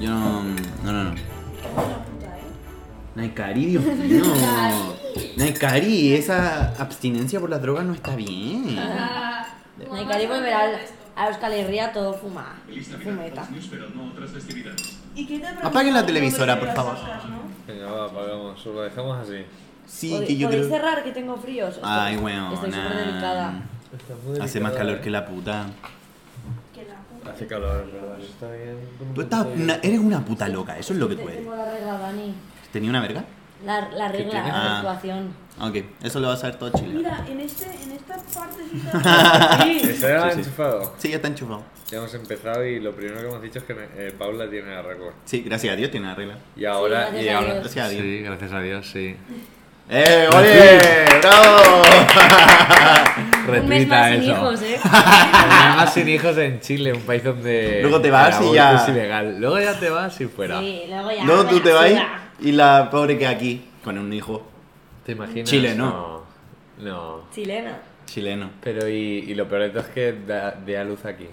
Yo no. No, no, no. Es buena puta, ¿eh? No hay cari, Dios mío. No hay cari. Esa abstinencia por las drogas no está bien. No hay que volver al, a Euskal Herria todo fuma. Fumeta. ¿Y qué te ha Apaguen la parecido televisora, por las favor. Oscars, no? Venga, va, apagamos, lo dejamos así. Sí, Pod- que yo ¿Podéis creo. cerrar que tengo fríos? Ay, weón. Estoy súper delicada. Hace más eh. calor que la puta. Que la puta. Hace calor, es verdad, eso está bien. Tú estás una- eres una puta loca, eso es lo que tú eres. Tengo la regla, Dani. ¿Tenía una verga? La, la regla, tienes? la Ah. actuación. Ok, eso lo va a saber todo Chile. Mira, en, este, en esta parte sí está. sí. Estará Sí, sí. enchufado. Sí, ya está enchufado. Ya hemos empezado y lo primero que hemos dicho es que eh, Paula tiene arreglo. Sí, gracias a Dios tiene una regla. Y ahora. gracias y a ahora- Dios. Gracias a Dios. Sí, gracias a Dios, sí. ¡Eh, ole! ¡Bravo! Un mes más Retuita sin eso. hijos, ¿eh? Además sin hijos en Chile, un país donde Luego te vas el y aborto ya- es ilegal. Luego ya te vas y fuera. Sí, luego ya. Luego tú vaya, te vas suda. y la pobre que aquí, con un hijo ¿Te imaginas? Chile, ¿no? No. no. Chilena. chileno Pero y, y lo peor de todo es que da- dé a luz aquí.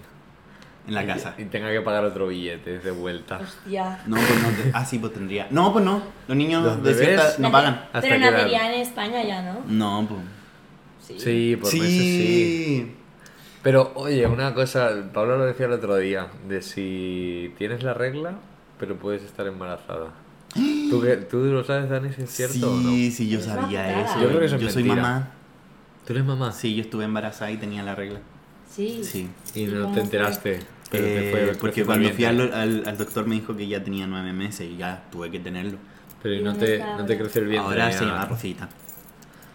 en la casa. Y tenga que pagar otro billete de vuelta. Hostia. No, pues no. te- Ah, sí, pues tendría. No, pues no. Los niños Los de cierta bebés. no pagan. Hasta Pero que dan. nacería en España ya, ¿no? No, pues. Sí, por meses sí. Pero oye, una cosa, Pablo lo decía el otro día, de si tienes la regla, pero puedes estar embarazada. ¿Tú, qué- tú lo sabes, Dani, si es cierto sí, o no? sí, yo Es una sabía putada. eso. Yo creo que eso es yo soy mentira. mamá. ¿Tú eres mamá? Sí, yo estuve embarazada y tenía la regla. Sí. Sí. Y ¿Y no cómo te fue? enteraste. Pero te Eh, fue- te porque fue cuando bien. fui al, al- al doctor me dijo que ya tenía nueve meses y ya tuve que tenerlo. Pero ¿Y no dónde te, está no te ahora? creció el vientre. Ahora se ya. llama Rosita.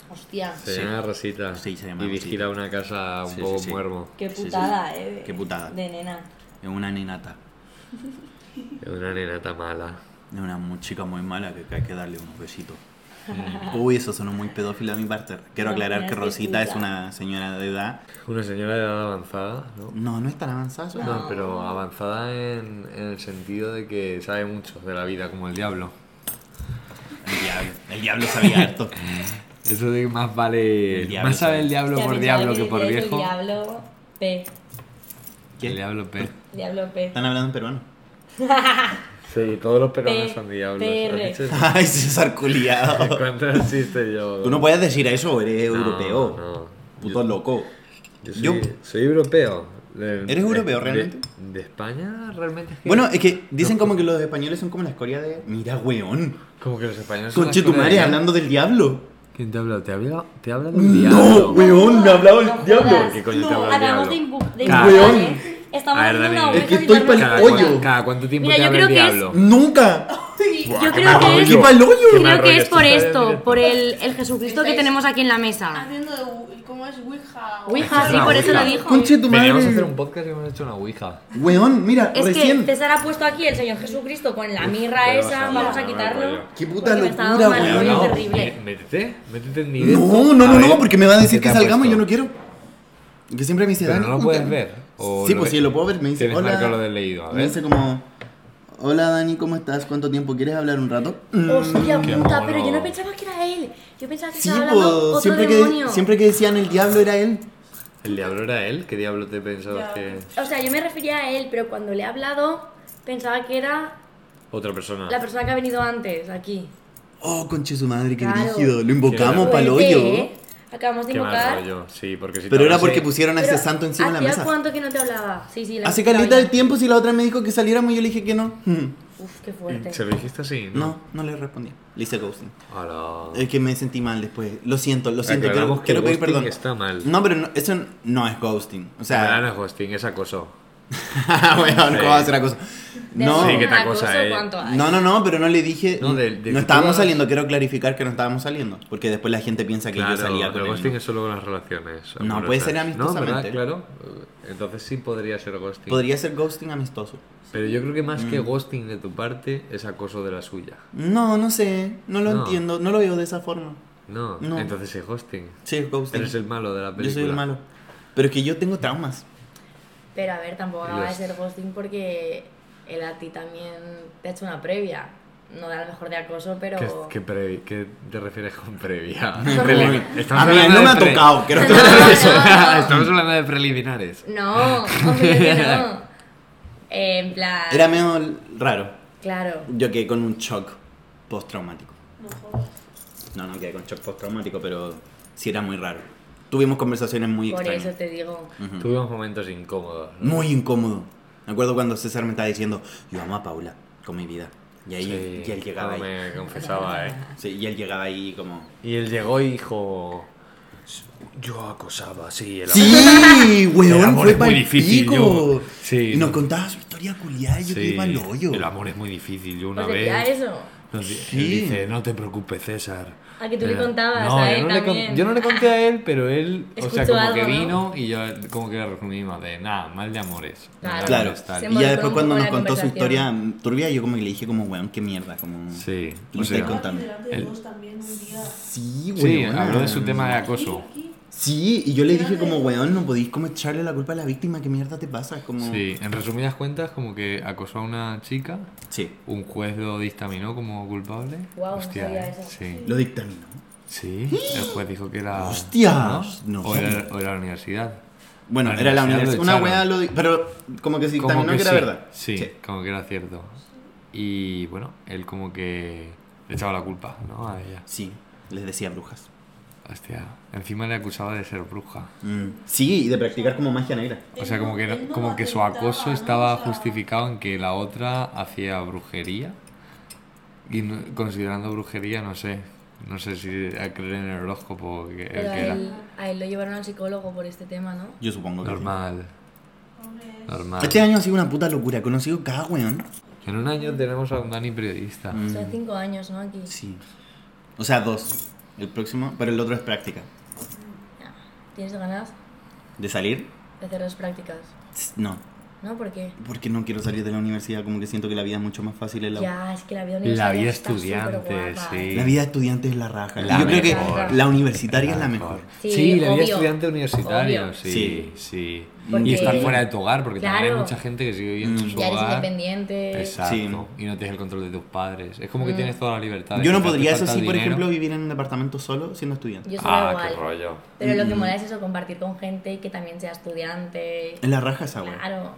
Hostia. Se Sí. llama Rosita. Sí, se llama Y Rosita. vigila una casa un Sí, sí, poco sí. muermo. Qué Sí, sí. putada, ¿eh? Qué putada. De nena. Es una nenata. Es una nenata mala. Es una mu- chica muy mala que hay que darle unos besitos. Uy, eso sonó muy pedófilo de mi parte. Quiero No, aclarar no que es Rosita es distinta. una señora de edad. Una señora de edad avanzada, ¿no? No, no es tan avanzada. eso. No, pero avanzada en, en el sentido de que sabe mucho de la vida, como el diablo. El diablo, el diablo sabía harto. Eso de que más vale. El diablo Más sabe sabe. el diablo Hostia, por pensaba diablo que por decías el viejo. Diablo P. ¿Qué? El diablo P. Diablo P. Están hablando en peruano. Sí, todos los peruanos peruanos P- son son diablos. diablos. PR. Ay, César culiado. ¿Cuántos chistes yo? Tú no puedes decir eso, eres No, europeo. no. Puto loco. Yo soy, Yo- soy europeo. De- ¿Eres europeo de- realmente? De, de España realmente es que- Bueno, es que dicen como que los españoles son como la escoria de. Mira, weón. Como que los españoles son Conche las tu cosas madre de- hablando del diablo. ¿Quién te habla? ¿Te habla, te habla del No, diablo? weón, me ha hablado el No diablo. jodas. ¿Qué coño te No, habla el Acabamos de diablo? imbu- de Cada- inventar, Weón. ¿eh? Estamos A ver, haciendo Dani. Es una que oveja estoy sin darnos pa'l Cada, cuenta. hoyo. cua- cada cuánto tiempo Mira, te yo habla creo el que es- diablo. Nunca. Yo qué creo mal que es, Y pa'l hoyo. Qué mal creo que rollo, es por esto está esto, bien. por el, el Jesucristo que Estáis- tenemos aquí en la mesa. Haciendo de. ¿Cómo es? Ouija. o- Ouija, sí, Una por eso ouija. lo dijo. Conche tu madre. Veníamos a hacer un podcast y hemos hecho una ouija. Weón, mira, Es que recién. César ha puesto aquí el Señor Jesucristo con la mirra voy a esa, bajar, vamos voy a a quitarlo. bajar. Qué puta porque me está dando locura, mal weón. rollo No, terrible. mé- Métete, métete en directo. No, no, A no, ver, no, porque me va a decir ¿qué que te ha salgamos y yo puesto? no quiero. Que siempre me dice Pero Dani, no lo ¿cómo puedes estás? ver. o Sí, lo pues ves- sí, lo puedo ver. Me dice, Tienes hola. marcado lo del leído, a Me ver. dice como, hola Dani, ¿cómo estás? ¿Cuánto tiempo? ¿Quieres hablar un rato? Mm, Hostia Qué puta, mono. pero yo no pensaba que era él. Yo pensaba que Sí, estaba pues, hablando otro siempre demonio. que, siempre que decían el diablo era él. ¿El diablo era él? ¿Qué diablo te pensabas Ya. que...? O sea, yo me refería a él, pero cuando le he hablado pensaba que era Otra persona. la persona que ha venido antes aquí. Oh, conche su madre, qué Claro. rígido. Lo invocamos Qué para el Fuerte, hoyo. ¿eh? Acabamos de Qué mal invocar. rollo. Sí, porque si te Pero era hablase- porque pusieron a ese Pero, este santo encima de la ¿hacía mesa. cuánto que no te hablaba? Sí, sí, la Hace escuchaba caleta ya. de tiempo si la otra me dijo que saliéramos y yo le dije que no. Mm. Uf, qué fuerte. ¿Se lo dijiste así? No, no le respondí. Le hice ghosting. Ah. Hola. Es que me sentí mal después. Lo siento, lo siento. Quiero, Aclaramos que quiero el pedir ghosting perdón. está mal. No, pero no- eso no es ghosting. O Ah, no sea, es ghosting, es acoso. bueno, ¿cómo va a ser acoso? De No, Sí, que te acoso, acosa, eh. ¿cuánto hay? No, no, no, pero no le dije. No, No, de- de que estábamos tú- saliendo, quiero clarificar que no estábamos saliendo. Porque después la gente piensa que Claro, yo salía con el él. ghosting es solo con las relaciones. No, amorosas. puede ser No, amistosamente. ¿verdad? Claro. Entonces sí podría ser ghosting. Podría Mm. ser ghosting amistoso. Pero yo creo que más que ghosting de tu parte es acoso de la suya. No, no sé, no lo No. entiendo, no lo veo de esa forma. No, No. entonces es ghosting. Sí, es ghosting. Eres el malo de la película. yo soy el malo. Pero es que yo tengo traumas. Pero a ver, tampoco Y acaba de los- ser ghosting porque él a ti también te ha hecho una previa. No da lo mejor de acoso, pero. ¿Qué, qué previ- qué te refieres con previa? Como- Estamos a mí hablando no me de ha pre- tocado, creo que No, no, Eso, no. Estamos hablando de preliminares. No, obvio que no. Eh, En plan. Era medio raro. Claro. Yo quedé con un shock postraumático. No jodas. No, no quedé con shock postraumático, pero sí era muy raro. Tuvimos conversaciones muy Por extrañas. eso te digo. Ujú. Tuvimos momentos incómodos. ¿no? Muy incómodo. Me acuerdo cuando César me estaba diciendo, yo amo a Paula con mi vida. Y ahí Sí, y él llegaba cuando ahí. me confesaba, ¿eh? Sí, y él llegaba ahí como... Y él llegó y dijo... Yo acosaba, sí. El amor". ¡Sí! El ¡Weón! amor ¡Fue es muy pa'l difícil, pico! yo- sí, y nos no. contaba su historia culiada y yo quedé Sí, pa'l hoyo. El amor es muy difícil. Yo una Pues decía vez... eso. nos di- Sí. Él dice, no te preocupes, César. Ah, que tú le Eh, contabas no, a yo él no le también. con- yo no le conté a él, pero él, o sea, Escuchó como algo, que ¿no? vino y yo como que le resumimos de, nada, mal de amores. mal de Claro. amores, tal". Se Y ya involucró después un cuando poco nos la contó su historia conversación. turbia, yo como que le dije como, weón, qué mierda, como... Sí, Y o te sea, contando. delante de El- dos también un día. Sí, weón. sí, habló de su tema de acoso. Aquí, aquí. Sí, y yo le dije como, weón, no podéis como echarle la culpa a la víctima, qué mierda te pasa, es como... Sí, en resumidas cuentas, como que acosó a una chica, Sí. un juez lo dictaminó como culpable. Guau, no sabía eh, eso. Sí. Lo dictaminó. Sí, el juez dijo que era. ¡Hostias! ¿no? No. O, era, o era la universidad. Bueno, La era la universidad universidad. lo Una echaron. weá lo di- Pero como que sí, Como también no que era sí, verdad. Sí, como que era cierto. Y bueno, él como que le echaba la culpa, ¿no? A ella. Sí, les decía brujas. Hostia, encima le acusaba de ser bruja. Sí, y de practicar como magia negra. O sea, como que, Él no- él no- no como lo que su aceptaba, acoso ¿no? estaba O sea, justificado en que la otra hacía brujería. Y no- considerando brujería, no sé. No sé si a creer en el horóscopo que, el Pero a que era. él, a él lo llevaron al psicólogo por este tema, ¿no? Yo supongo que. sí. Normal, hombre, es- normal. Este año ha sido una puta locura. He conocido cada weón. En un año tenemos a un Dani periodista. Mm. Son cinco años, ¿no? Aquí. Sí. O sea, dos. El próximo, pero el otro es práctica. Ya. ¿Tienes ganas ¿De salir? de hacer las prácticas? Tss, No. ¿No? ¿Por qué? Porque no quiero salir de la universidad. Como que siento que la vida es mucho más fácil en la Ya, es que la vida La universitaria vida está estudiante, superguapa, ¿eh? sí. La vida de estudiante es la raja. La Yo creo mejor. que la universitaria es la mejor. Sí, Sí, la vida obvio, estudiante universitario, obvio. sí, sí. Sí. Y Porque- estar fuera de tu hogar, porque también hay Claro. mucha gente que sigue viviendo en su Ya eres hogar. independiente. Exacto. Y no tienes el control de tus padres. Es Mm. como que tienes toda la libertad. de Yo no que te hace podría, eso falta sí, por dinero. ejemplo, vivir en un departamento solo siendo estudiante. Yo soy Ah, igual. qué rollo. Pero lo que mola es eso, compartir con gente que también sea estudiante. Es la raja esa weón. Claro.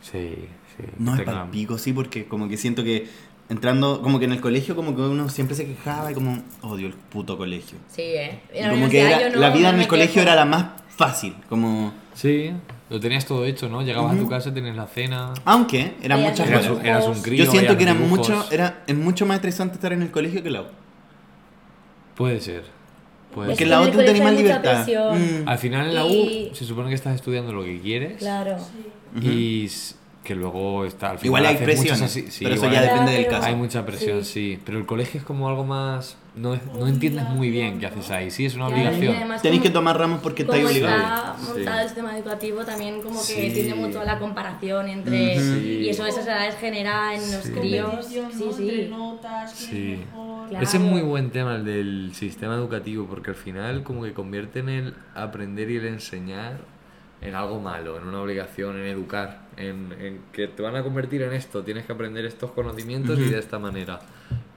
Sí, sí. No, es Tenga- para pico, sí, porque como que siento que entrando, como que en el colegio, como que uno siempre se quejaba y como, odio el puto colegio. Sí, ¿eh? En Y la como que universidad era- yo no- la vida no en me el colegio quejo. era la más fácil, como, Sí, lo tenías todo hecho, ¿no? Llegabas a tu casa, tenías la cena. aunque eran Era muchas Eras Eras, horas. un- eras un Yo crío. Yo siento veías que era dibujos. mucho, era, es mucho más estresante estar en el colegio que la U. Puede ser. Porque Es Puede que ser. en la en U el tú tenías colegio más hay mucha libertad. presión. Mm. Al final en la Y- U se supone que estás estudiando lo que quieres. Claro. sí. Y s- que luego está. Al final Igual hay haces presiones, muchas así- sí, pero eso igual ya hay- depende del Claro. caso. Hay mucha presión, sí. Pero el colegio es como algo más. No, es- no entiendes muy bien qué haces ahí. Sí, es una Claro, y obligación. además Tenéis como- que tomar ramos porque como estáis obligados. está Sí. montado el sistema educativo también como que Sí. tiene mucho la comparación entre Sí. y eso esas edades genera en los Sí. críos Competición, sí ¿no? Entre sí notas, Sí. quién es mejor. Claro. Ese es muy buen tema, el del sistema educativo, porque al final como que convierten el aprender y el enseñar en algo malo, en una obligación, en educar, en, en que te van a convertir en esto, tienes que aprender estos conocimientos y de esta manera.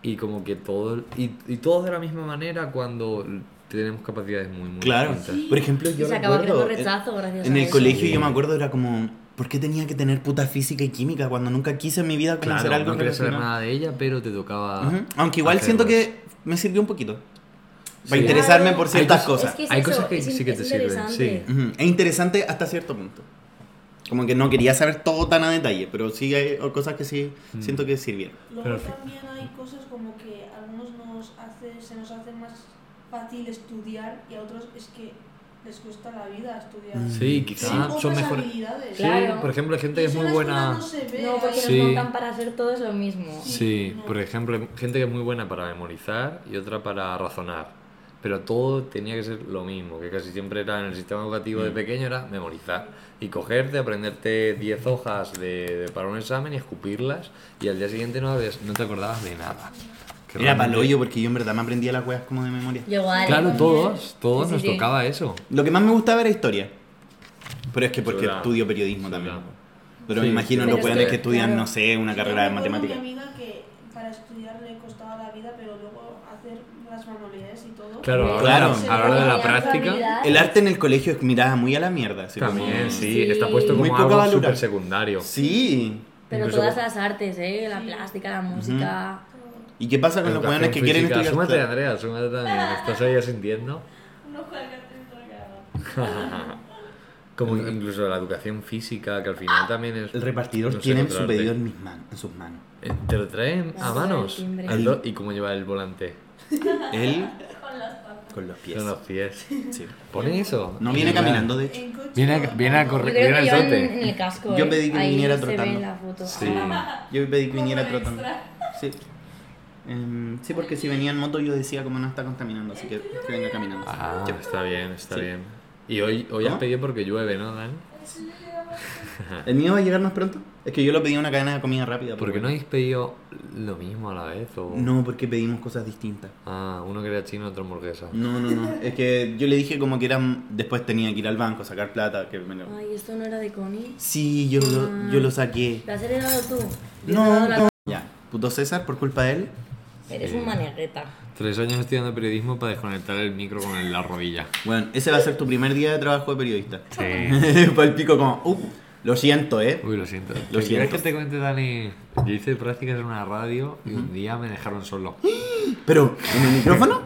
Y como que todo, y, y todos de la misma manera cuando tenemos capacidades muy, muy Claro. distintas. Por ejemplo, y yo se acaba creando recuerdo eh, rechazo gracias en a el eso. colegio Sí. yo me acuerdo era como, ¿por qué tenía que tener puta física y química cuando nunca quise en mi vida conocer Claro, algo no querías saber relacionado? nada de ella, pero te tocaba... Ujú. Aunque igual hacerlo. siento que me sirvió un poquito. Para Sí. interesarme Claro. por ciertas Hay cosas- cosas. es que es Hay eso, cosas que es in- sí que es te sirven, sí. interesante. Ujú. Es interesante hasta cierto punto. Como que no quería saber todo tan a detalle, pero sí hay cosas que sí Mm. siento que sirvieron. Pero Luego al fin- también hay cosas como que a algunos nos hace, se nos hace más fácil estudiar y a otros es que les cuesta la vida estudiar. Mm. Sí, Tienen quizá pocas son mejores... habilidades. Sí, Claro. por ejemplo, hay gente que Y es eso muy en la escuela buena... No, se ve, no porque Sí. nos montan para hacer todos lo mismo Sí, No. por ejemplo, hay gente que es muy buena para memorizar y otra para razonar. Pero todo tenía que ser lo mismo, que casi siempre era en el sistema educativo de Mm. pequeño era memorizar y cogerte, aprenderte 10 hojas de, de- para un examen y escupirlas y al día siguiente no, habías- no te acordabas de nada. Que Era realmente- palollo porque yo en verdad me aprendía las weas como de memoria. yo igual Claro, también. todos, todos Sí, sí, nos sí. tocaba eso. Lo que más me gustaba era historia. Pero es que porque Chula. estudio periodismo también. Chula. Pero Sí. me imagino Pero los es weones que, que estudian, claro. no sé, una carrera de matemáticas. Yo tengo una amiga que para estudiar le costaba la vida, pero luego hacer las manualidades y todo. Claro, a la hora de Claro. la- a la hora de la Sí. práctica. El arte en el colegio es mirada muy a la mierda. así como- "Mm, También, sí, Sí. está puesto Muy como poca valora- algo súper secundario. Sí. Pero Incluso- todas las artes, ¿eh? La Sí. plástica, la música. ¿Y qué pasa con los Educación weones que quieren física. estudiar? Súmate, Andrea, súmate también. ¿Estás ahí asintiendo? No juegas dentro de cada. Como incluso la educación física, que al final también es. El repartidor no sé, tiene su controlarte. pedido en, mis man- en sus manos. Eh, Te lo traen La a hora del manos. timbre. Al do- ¿Y cómo lleva el volante? Él con los pies. Son los pies. Sí. ¿Pone eso? No viene Mira. caminando, de hecho. En coche. Viene a- viene a Yo correr. creo Mira que el llevan en dote. el casco. Yo ¿eh? pedí que Ahí viniera se ve trotando. en la foto. Sí. Yo pedí que viniera Como tratando. extra. Sí. Em, sí, porque si venía en moto yo decía como no está contaminando, así que que venga caminando. Ah, Sí. está bien, está Sí. bien. Y hoy, hoy has ¿No? pedido porque llueve, ¿no, Dan? ¿El mío va a llegar más pronto? Es que yo lo pedí en una cadena de comida rápida. ¿Por qué pero no habéis pedido lo mismo a la vez? O... bueno. No, porque pedimos cosas distintas. Ah, uno que era chino, otro hamburguesa. No, no, no. Es que yo le dije como que eran... Después tenía que ir al banco, sacar plata, que me lo... Ay, esto no era de Connie. Sí, yo, lo, yo lo saqué. ¿Te has heredado tú? Yo he No, heredado la- no. Ya. Puto César, por culpa de él. Eres un manegueta. Tres años estudiando periodismo para desconectar el micro con el- la rodilla. Bueno, ese va a ser tu primer día de trabajo de periodista. Sí. el pico como... "Uh, lo siento, ¿eh? Uy, lo siento. Lo ¿Te siento. ¿Quieres que te cuente, Dani? Yo hice prácticas en una radio y un día me dejaron solo. Pero, ¿en el micrófono?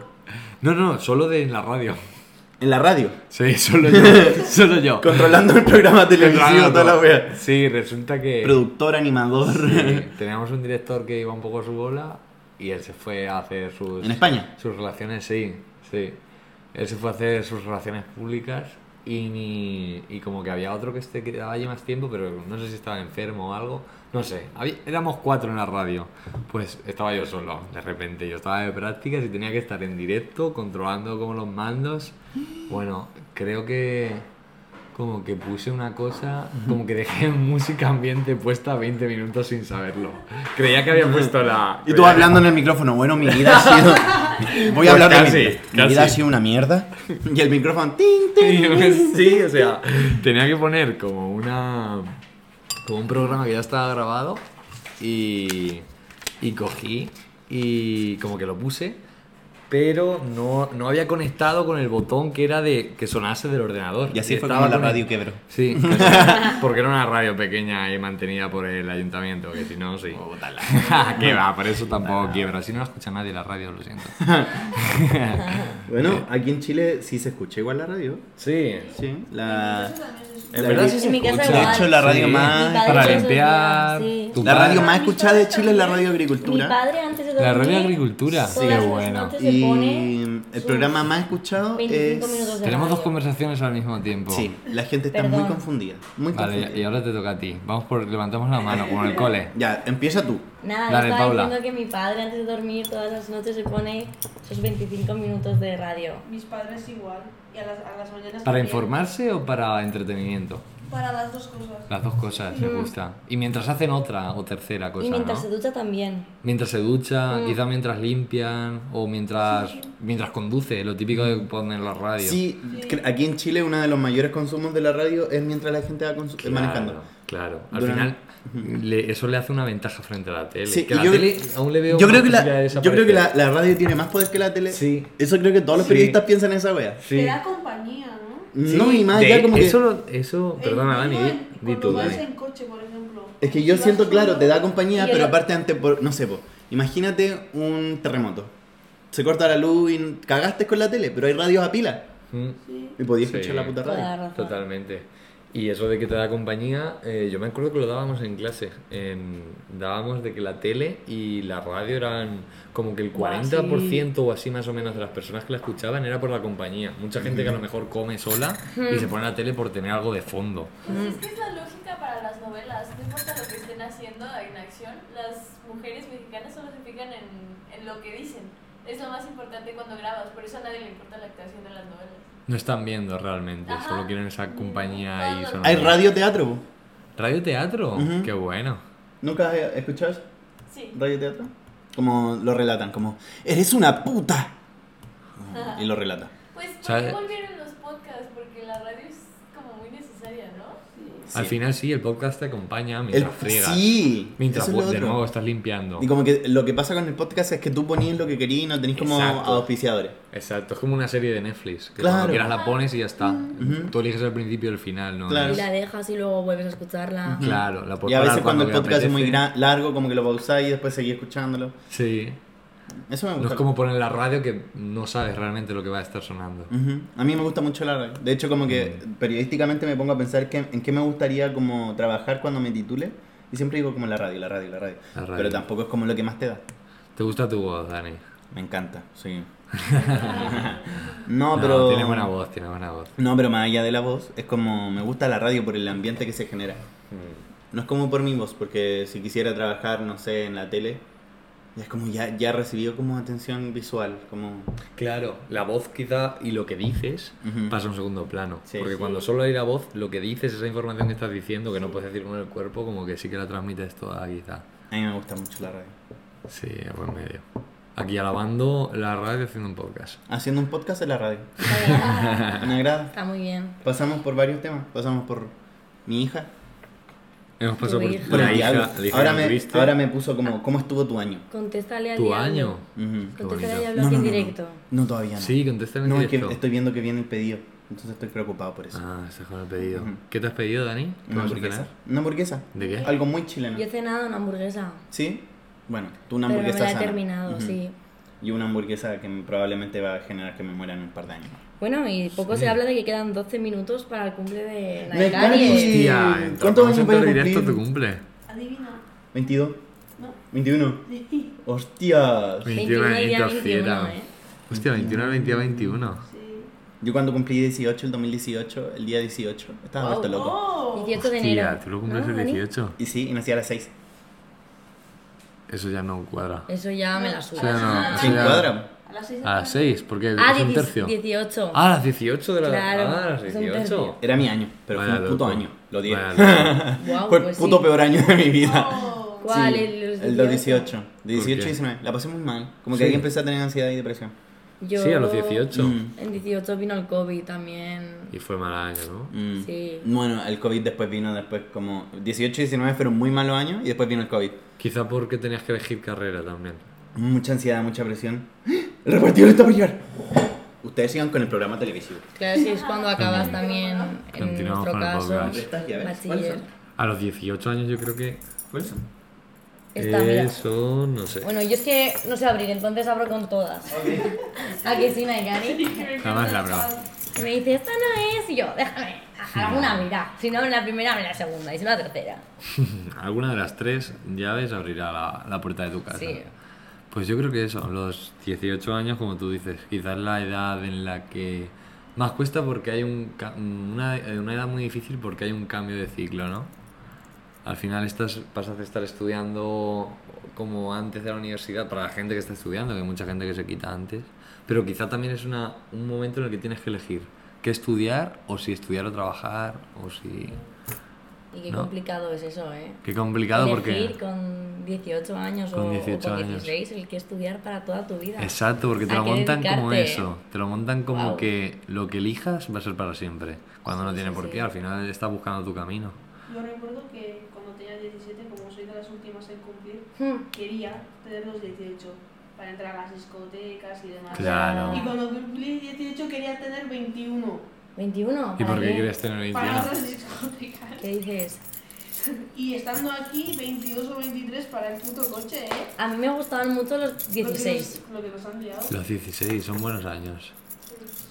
No, no, solo de en la radio. En la radio. Sí, solo yo. solo yo. Controlando el programa televisivo, toda la wea. Sí, resulta que. Productor, animador. Sí, teníamos un director que iba un poco a su bola y él se fue a hacer sus. ¿En España? Sus relaciones, sí, sí. Él se fue a hacer sus relaciones públicas y, mi- y como que había otro que se quedaba allí más tiempo, pero no sé si estaba enfermo o algo. No sé, había- éramos cuatro en la radio. Pues estaba yo solo, de repente. Yo estaba de prácticas y tenía que estar en directo, controlando como los mandos. Bueno, creo que como que puse una cosa, como que dejé música ambiente puesta 20 minutos sin saberlo. Creía que había puesto la... Y tú hablando en el micrófono, bueno, mi vida ha sido. Voy a Pues hablar casi, de mi vida. Mi casi. vida ha sido una mierda. Y el micrófono, tin, tin. sí, o sea, tenía que poner como una como un programa que ya estaba grabado y y cogí y como que lo puse, pero no, no había conectado con el botón que era de que sonase del ordenador. Y así fue Estaba como la con el- radio quebró. Sí, casi. porque era una radio pequeña y mantenida por el ayuntamiento, que si no, sí. que va, por eso tampoco quiebra. Si no la escucha nadie la radio, lo siento. Bueno, aquí en Chile sí se escucha igual la radio. Sí. Sí. La, Eso también es- En verdad sí En se mi casa escucha. de hecho, la radio Sí. Mi más. padre Para todos los limpiar, días, sí. tu La radio padre. más escuchada de Chile es la radio Mi agricultura. padre antes de dormir. La radio agricultura. todas Qué las bueno. noches se Y pone el sus programa más escuchado 25 minutos es. de Tenemos dos radio. conversaciones al mismo tiempo. Sí, la gente está Perdón. muy confundida. Muy Vale, y confundida. ahora te toca a ti. Vamos por levantamos la mano como en el cole. Ya, empieza tú. Nada, Dale, yo estaba Paula. diciendo que mi padre antes de dormir todas las noches se pone sus 25 minutos de radio. Mis padres igual. Y a las, a las mañanas. ¿Para también. informarse o para entretenimiento? Para las dos cosas. Las dos cosas, Mm. me gusta. Y mientras hacen otra o tercera cosa, y mientras Pues ah, ¿no? se ducha también. Mientras se ducha, Mm. quizás mientras limpian o mientras mientras conduce, lo típico de poner la radio. Mm. Sí, cre- aquí en Chile uno de los mayores consumos de la radio es mientras la gente va consu- manejando. Claro, al Durante- final le- eso le hace una ventaja frente a la tele. Sí, que y la yo- tele aún le veo Yo más creo que, posibilidad la, de yo creo que la, desaparecer. la radio tiene más poder que la tele. Sí. Eso creo que todos los Sí. periodistas piensan en esa wea. Sí. Te da compañía, ¿no? No, y más de- allá como que- eso, lo- eso, perdona, En- Dani, en- di cuando tú, vas Dani. en coche, por ejemplo. Es que yo Vas siento, claro, solo. te da compañía, Y yo pero lo- aparte antes, por, no sé, po, imagínate un terremoto. Se corta la luz y n- cagaste con la tele, pero hay radios a pila. Mm. Sí. Y podías Sí. escuchar la puta Toda la radio. razón. Totalmente. Y eso de que te da compañía, eh, yo me acuerdo que lo dábamos en clase. En- dábamos de que la tele y la radio eran como que el Buah, 40% o así más o menos de las personas que la escuchaban era por la compañía. Mucha gente que a lo mejor come sola y se pone la tele por tener algo de fondo. Pues es que es la lógica para las novelas. No importa lo que estén haciendo en acción, las mujeres mexicanas solo se fijan en, en lo que dicen. Es lo más importante cuando grabas, por eso a nadie le importa la actuación de las novelas. No están viendo realmente, Ajá. solo quieren esa compañía y Todo. son Hay radio teatro, po. ¿Radio teatro? Ujú. Qué bueno. ¿Nunca has escuchado eso? Sí. radio teatro? Como lo relatan, como, eres una puta. Y lo relata. Pues, ¿por ¿Sabe? qué volvieron los podcasts? Porque la radio es como muy necesaria, ¿no? Sí. Al final sí, el podcast te acompaña El, mientras friegas. sí, Mientras eso es lo de otro. nuevo estás limpiando. Y como que lo que pasa con el podcast es que tú ponías lo que querías y no tenés como Exacto. auspiciadores. Exacto, es como una serie de Netflix. Que Claro. cuando quieras la pones y ya está. Ujú. Tú eliges el principio y el final, ¿no? Claro. Y la dejas y luego vuelves a escucharla. Claro, la puedes Y a veces parar cuando el te podcast es muy apetece. gra- largo, como que lo pausáis y después seguís escuchándolo. Sí. Eso me gusta. No es como poner la radio que no sabes realmente lo que va a estar sonando. Ujú. A mí me gusta mucho la radio. De hecho, como que Mm. periodísticamente me pongo a pensar que- en qué me gustaría como trabajar cuando me titule. Y siempre digo como la radio, la radio, la radio. La radio. Pero tampoco es como lo que más te da. ¿Te gusta tu voz, Dani? Me encanta, sí. no, No, pero... Tiene buena voz, tiene buena voz. No, pero más allá de la voz, es como me gusta la radio por el ambiente que se genera. Mm. No es como por mi voz, porque si quisiera trabajar, no sé, en la tele, ya es como ya, ya recibido como atención visual, como... Claro, la voz quizá y lo que dices Ujú. Mm. pasa a un segundo plano. Sí. porque Sí. cuando solo hay la voz, lo que dices, esa información que estás diciendo, que no puedes decir con el cuerpo, como que sí que la transmites toda quizá. A mí me gusta mucho la radio. Sí, a buen medio. Aquí alabando la radio y haciendo un podcast. Haciendo un podcast en la radio. Está bien, Me agrada. Está muy bien. Pasamos por varios temas. Pasamos por mi hija. Hemos pasado Tu por hija. Por la Tiago. hija, la hija ahora, que me, tuviste. ahora me puso como, ¿cómo estuvo tu año? Contéstale a ¿Tu Diablo. año? Ujú. Contéstale a bonito. Diablo No, no, aquí en no, no. directo. No, todavía no. Sí, contesta en No, es que directo. estoy viendo que viene el pedido. Entonces estoy preocupado por eso. Ah, estás con el pedido. Ujú. ¿Qué te has pedido, Dani? ¿Qué una vas a hamburguesa. cenar? ¿Una hamburguesa? ¿De qué? Algo muy chileno. Yo he cenado una hamburguesa. ¿Sí? Bueno, tú una Pero no hamburguesa me la he sana. terminado, Ujú. sí. Y una hamburguesa que probablemente va a generar que me muera en un par de años. Bueno, y poco Sí. se habla de que quedan 12 minutos para el cumple de ¡De Naikari. Cari! Hostia, entonces Eh, ¿Cuántos vamos a años voy a entrar directo cumplir? tu cumple? Adivina. 22, No. 21. Sí. ¡Hostias! 21 y día 21, ¿eh? Hostia, 21, 20, 21. Yo cuando cumplí 18, el 2018, el día 18, estaba Wow. vuelto Ah, loco. Oh. 18 de enero. Hostia, tú lo cumples ¿No, el Dani? 18. Y sí, y nací a las 6. Eso ya no cuadra. Eso ya me la Eso suda. ya no. ¿Sin eso ya- cuadra? A las 6 A las 6, porque Ah, es un 10 tercio. 18. Ah, a las 18 de la Claro, Ah, a las es un tercio. 18. Era mi año, pero Vaya fue un puto loco. año, lo dije. Vaya loco. Guau, fue el pues puto sí. peor año de mi vida. Oh. ¿Cuál? Sí, el, el de 18. De 18 ¿Por qué? y 19. La pasé muy mal. Como que Sí. ahí empecé a tener ansiedad y depresión. Yo- Sí, a los 18. Mm. En 18 vino el COVID también. Y fue mal año, ¿no? Mm. Sí. Bueno, el COVID después vino, después como 18 y 19 fueron muy malos años y después vino el COVID. Quizá porque tenías que elegir carrera también. Mucha ansiedad, mucha presión. El repartidor está por llegar. Ustedes sigan con el programa televisivo. Claro, sí, es cuando acabas también, en Continuamos nuestro con el caso, podcast. Estas llaves, bachiller. ¿cuáles son? A los 18 años yo creo que... ¿Cuáles son? Esta, mira. Eso, no sé. Bueno, yo es que no sé abrir, entonces abro con todas. ¿A que sí, Naikari? Jamás la brava. Y me dice, esta no es, y yo, déjame, alguna mira. Si no, en la primera, en la segunda, y si no, en la tercera. Alguna de las tres llaves abrirá la, la puerta de tu casa. Sí. Pues yo creo que eso, los 18 años, como tú dices, quizás la edad en la que más cuesta porque hay un, ca- una, eh, una edad muy difícil porque hay un cambio de ciclo, ¿no? Al final estás, pasas de estar estudiando como antes de la universidad para la gente que está estudiando, que hay mucha gente que se quita antes, pero quizá también es una, un momento en el que tienes que elegir qué estudiar o si estudiar o trabajar o si... Y qué No. complicado es eso, ¿eh? Qué complicado Elegir porque... con 18 años Con o- 18 o con años. 16 el que estudiar para toda tu vida. Exacto, porque te ¿A lo qué montan como dedicarte? eso. Te lo montan como Guau. que lo que elijas va a ser para siempre. Cuando no Sí, tiene sí, por sí. qué, al final estás buscando tu camino. Yo recuerdo que cuando tenía 17, como soy de las últimas en cumplir, Hmm. quería tener los 18 para entrar a las discotecas y demás. Claro. Y cuando cumplí 18 quería tener 21 ¿21? ¿Y ¿Para por qué quieres tener 21? para otras discotecas. ¿Qué dices? Y estando aquí 22 o 23 para el puto coche, ¿eh? A mí me gustaban mucho los Lo que 16. nos- Lo que nos, han liado. Los 16 son buenos años.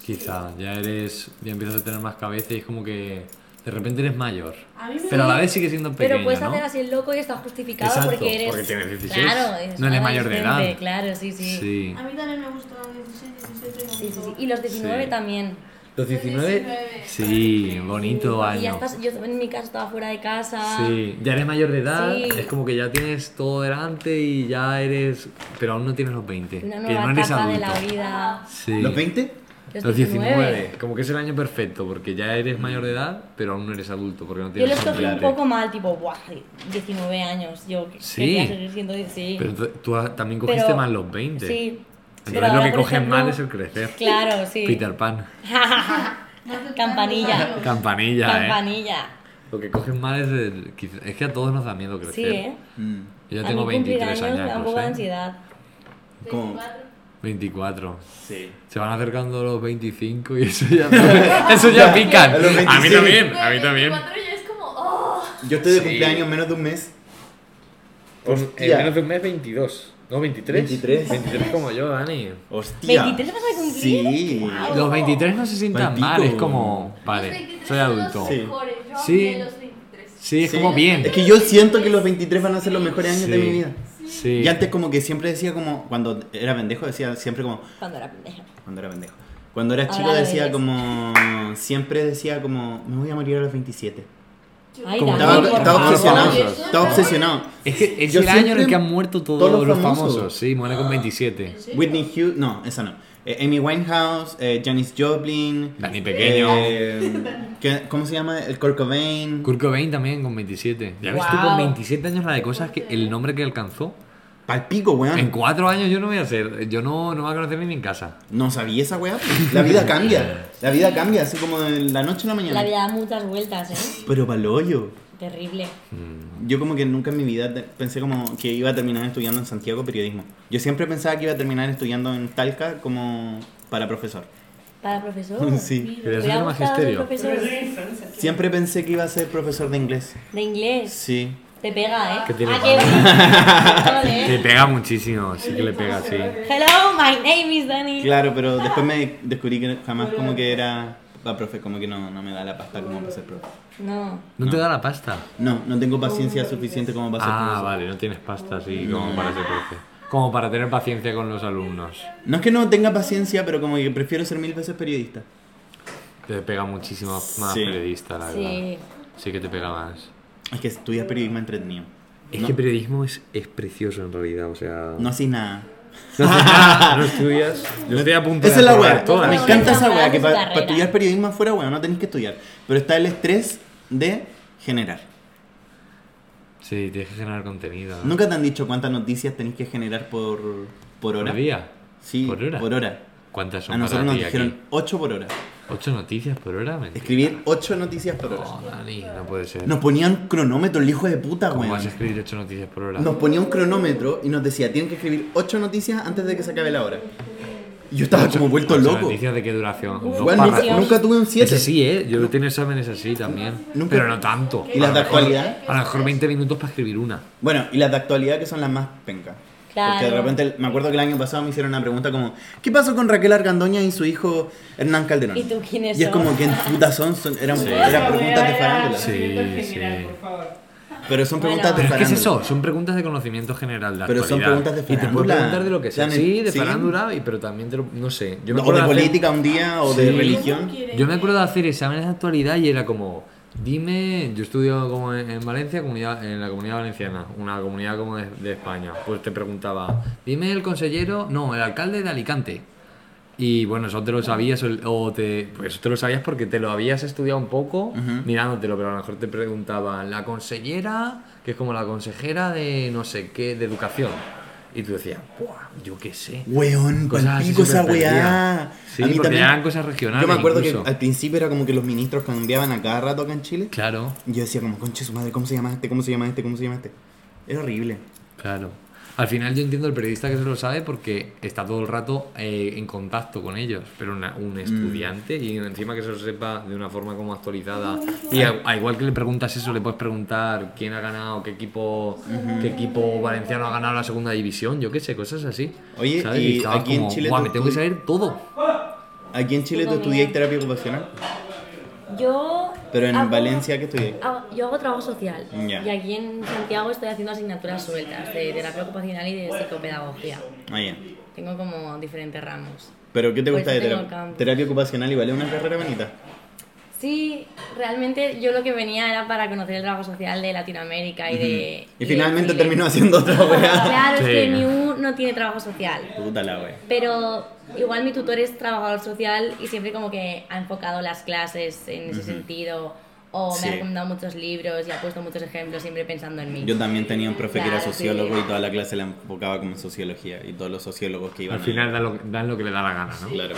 Quizá, ya eres. Ya empiezas a tener más cabeza y es como que. De repente eres mayor. A mí me Pero a la da- vez sigues siendo pequeño. Pero puedes ¿no? hacer así el loco y está justificado Exacto, porque eres. porque tienes 16. Claro, eres No eres un mayor de edad. adolescente, Claro, sí, sí. Sí. A mí también me gustaban 16, 17 Sí, sí, sí. como Y los 19 Sí. también. Los 19. 19. Sí, bonito Y ya año. estás, yo en mi caso estaba fuera de casa. Sí, ya eres mayor de edad, Sí. es como que ya tienes todo delante y ya eres. Pero aún no tienes los 20. Una que nueva no eres etapa de adulto. la vida. Sí. ¿Los 20? Los, Los 19. Como que es el año perfecto, porque ya eres mayor de edad, pero aún no eres adulto, porque no Yo tienes los cogí un claro. poco mal, tipo, buah, 19 años. Yo que- Sí. quería seguir siendo. de- Sí. Pero tú- tú has- también cogiste Pero- mal los 20. sí. Pero Entonces lo ahora, que por cogen ejemplo, mal es el crecer. Claro, sí. Peter Pan. No hace tantos Campanilla. años. Campanilla, ¿eh? Campanilla. Lo que cogen mal es el... quiz- Es que a todos nos da miedo crecer. Sí, ¿eh? Mm. Yo ya A tengo ¿eh? mí cumplir 23 años años. da un poco de ansiedad. ¿Cómo? 24. 24. Sí. Se van acercando los 25 y eso ya, eso ya pican. A los A mí 25. también, a mí también. 24 ya es como, oh, Yo estoy de Sí. cumpleaños menos de un mes. Pues, en menos de un mes 22. No, 23. 23. 23 como yo, Dani. Hostia. ¿23 vas a cumplir? Sí. Guau. Los 23 no se sientan Malpico. mal, es como, los vale, 23 soy son adulto. Los Sí. mejores. Yo Sí. amé los 23. Sí, es Sí. como bien. Es que yo siento que los 23 van a ser los mejores años de mi vida. Sí. Y antes como que siempre decía como, cuando era pendejo, decía siempre como, Cuando era pendeja. cuando era pendejo. Cuando era Ahora chico lo decía eres. como, siempre decía como, me voy a morir a los 27. Ay, Como Dani, Estaba, todos- por estaba favor. todos los obsesionado, famosos. estaba obsesionado. Es que es Yo el año en siempre- el que han muerto todos, todos los los famosos. famosos. Sí, muere con 27. Whitney Hughes, no, esa no. Eh, Amy Winehouse, eh, Janis Joplin. Dani Pequeño. eh, ¿qué- ¿Cómo se llama? El Kurt Cobain. Kurt Cobain también con 27. Ya ves tú Wow. con 27 años la de cosas que el nombre que alcanzó. Palpico, En weón. cuatro años yo no voy a ser, yo no, no voy a conocer ni en casa. No sabía esa weá. La vida cambia. La vida cambia, así como de la noche a la mañana. La vida da muchas vueltas, ¿eh? Pero pa'l hoyo. Terrible. Yo como que nunca en mi vida te- pensé como que iba a terminar estudiando en Santiago periodismo. Yo siempre pensaba que iba a terminar estudiando en Talca como para profesor. Para profesor. Sí. Me Quería hubiera ser gustado ser magisterio. profesor Siempre pensé que iba a ser profesor de inglés. de inglés. Sí. Te pega, ¿eh? Que tiene Ah, qué- Te Vale. pega muchísimo, sí que le pega, sí. Hello, my name is Dani. Claro, pero después me descubrí que jamás como que era... Va, profe, como que no, no me da la pasta como para ser profe. No. No te da la pasta. No, no tengo paciencia suficiente como para ser Ah, profesor. vale, no tienes pasta así como para ser profe. Como para tener paciencia con los alumnos. No es que no tenga paciencia, pero como que prefiero ser mil veces periodista. Te pega muchísimo más Sí. periodista, Ah, la verdad. Sí. Sí que te pega más. Es que estudiar periodismo entretenido. Es No. que periodismo es, es precioso en realidad, o sea... No haces nada. No, haces nada, no estudias. Yo no te apunto Esa es la weá. todas. Me encanta esa weá, que para Carrera. estudiar periodismo afuera, weá, no tenés que estudiar. Pero está el estrés de generar. Sí, tienes que generar contenido. ¿no? ¿Nunca te han dicho cuántas noticias tenés que generar por, por hora? ¿Por día? Sí, ¿Por hora? ¿Cuántas son A nosotros para nos ti dijeron aquí? 8 por hora. ¿Ocho noticias por hora? Mentira. Escribir 8 noticias por hora. No, Dani, no puede ser. Nos ponían cronómetro, el hijo de puta, ¿Cómo weón. vas a escribir ocho noticias por hora? Nos ponía un cronómetro y nos decía, tienen que escribir 8 noticias antes de que se acabe la hora. Y yo estaba como vuelto ¿Ocho loco. noticias de qué duración? Dos Weón, nunca, párrafos. nunca tuve un 7. Ese sí, ¿eh? Yo tenía exámenes así también. Nunca- Pero no tanto. ¿Y las A de lo mejor- actualidad? A lo mejor 20 minutos para escribir una. Bueno, y las de actualidad que son las más pencas. Claro. Porque de repente, me acuerdo que el año pasado me hicieron una pregunta como, ¿qué pasó con Raquel Argandoña y su hijo Hernán Calderón? ¿Y tú quiénes Y es son? como, ¿quién puta son? Son- eran, eran preguntas de farándula. Sí, sí. Pero son preguntas Bueno. de Pero es farándula. que es eso, son preguntas de conocimiento general de Pero son actualidad. preguntas de Y te puedes farándula. preguntar de lo que sea. Dan el- Sí, de sí. farándula, y- pero también te lo- No sé. Yo me o acuerdo de hacer- política un día, o de Sí. religión. quiere Yo me acuerdo de que- hacer exámenes de actualidad y era como, dime, yo estudio como en, en Valencia, comunidad, en la comunidad valenciana, una comunidad como de, de España. Pues te preguntaba, dime el consejero, no, el alcalde de Alicante. Y bueno, eso te lo sabías o- o te, pues eso te lo sabías porque te lo habías estudiado un poco Ujú. mirándotelo, pero a lo mejor te preguntaban la consellera, que es como la consejera de no sé qué, de educación. Y tú decías, "Buah, yo qué sé. Weón, Cosas así palpico esa súper weá. perdidas. Sí, porque eran cosas regionales Yo me acuerdo incluso. que al principio era como que los ministros cambiaban a cada rato acá en Chile. Claro. Y yo decía como, conche su madre, ¿cómo se llama este? ¿Cómo se llama este? ¿Cómo se llama este? Era horrible. Claro. Al final yo entiendo el periodista que se lo sabe porque está todo el rato eh, en contacto con ellos, pero una- Mm. un estudiante y encima que se lo sepa de una forma como actualizada. Y a, a igual que le preguntas eso, le puedes preguntar quién ha ganado, qué equipo, qué equipo valenciano ha ganado la segunda división, yo qué sé, cosas así. Oye, ¿Sabes? y estabas aquí en Chile "Buah, tú- me tengo que tú- saber todo. Aquí en Chile tú También. estudias terapia ocupacional, Yo. pero en hago- Valencia que estudias. hago- Yo hago trabajo social. Ya. Y aquí en Santiago estoy haciendo asignaturas sueltas de terapia ocupacional y de psicopedagogía. Ah, ya. Tengo como diferentes ramos. ¿Pero qué te Por gusta eso de Pues tengo terapia? campo. Terapia ocupacional igual es una carrera bonita. Sí, realmente yo lo que venía era para conocer el trabajo social de Latinoamérica y de. Y de finalmente Chile. terminó haciendo otra weá. Claro, es Sí. que mi U no tiene trabajo social. Puta la wea. Pero igual mi tutor es trabajador social y siempre como que ha enfocado las clases en ese sentido O Sí. me ha recomendado muchos libros y ha puesto muchos ejemplos, siempre pensando en mí. Yo también tenía un profe que era Claro, sí. sociólogo y toda la clase la enfocaba como en sociología y todos los sociólogos que iban Al a- final dan lo, dan lo que le da la gana, ¿no? Claro.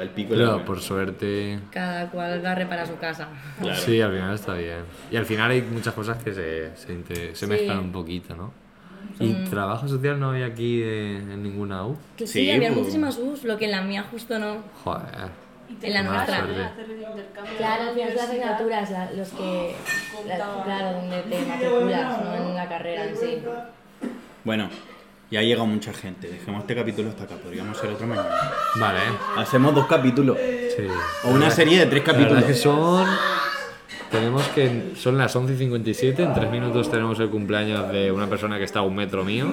Al pico la Pero gana. por suerte. Cada cual barre para su casa. Claro. Sí, al final está bien. Y al final hay muchas cosas que se, se, inte- Sí. se mezclan un poquito, ¿no? Y trabajo social no había aquí eh, en ninguna U. Que sí, Sí, había pues. muchísimas us, lo que en la mía justo no. Joder. Y En Ah, la te- nuestra. hacer el intercambio. Claro, en la al final son las universidad. asignaturas la- los que. la- Contaban. claro, donde te matriculas, no en la carrera en sí. Bueno, ya ha llegado mucha gente. Dejemos este capítulo hasta acá. Podríamos hacer otro mañana. Vale, ¿eh? Hacemos dos capítulos. Sí. O una serie de tres La verdad es que capítulos. son. Tenemos que. Son las 11 y 57. En tres minutos tenemos el cumpleaños de una persona que está a un metro mío.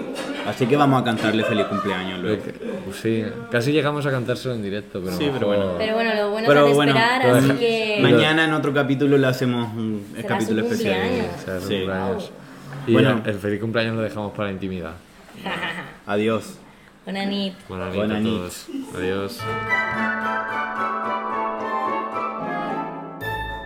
Así que vamos a cantarle feliz cumpleaños Lo luego. que- pues sí, casi llegamos a cantárselo en directo, pero. Sí, mejor- pero bueno. Pero bueno, lo bueno Pero es bueno, esperar, pero- así que. Mañana en otro capítulo le hacemos un Eh, Será capítulo su especial. cumpleaños. será su Sí. cumpleaños. Y Bueno. el feliz cumpleaños lo dejamos para la intimidad. Adiós. Buena nit. Buenas Buenas noches a noches. todos. Adiós.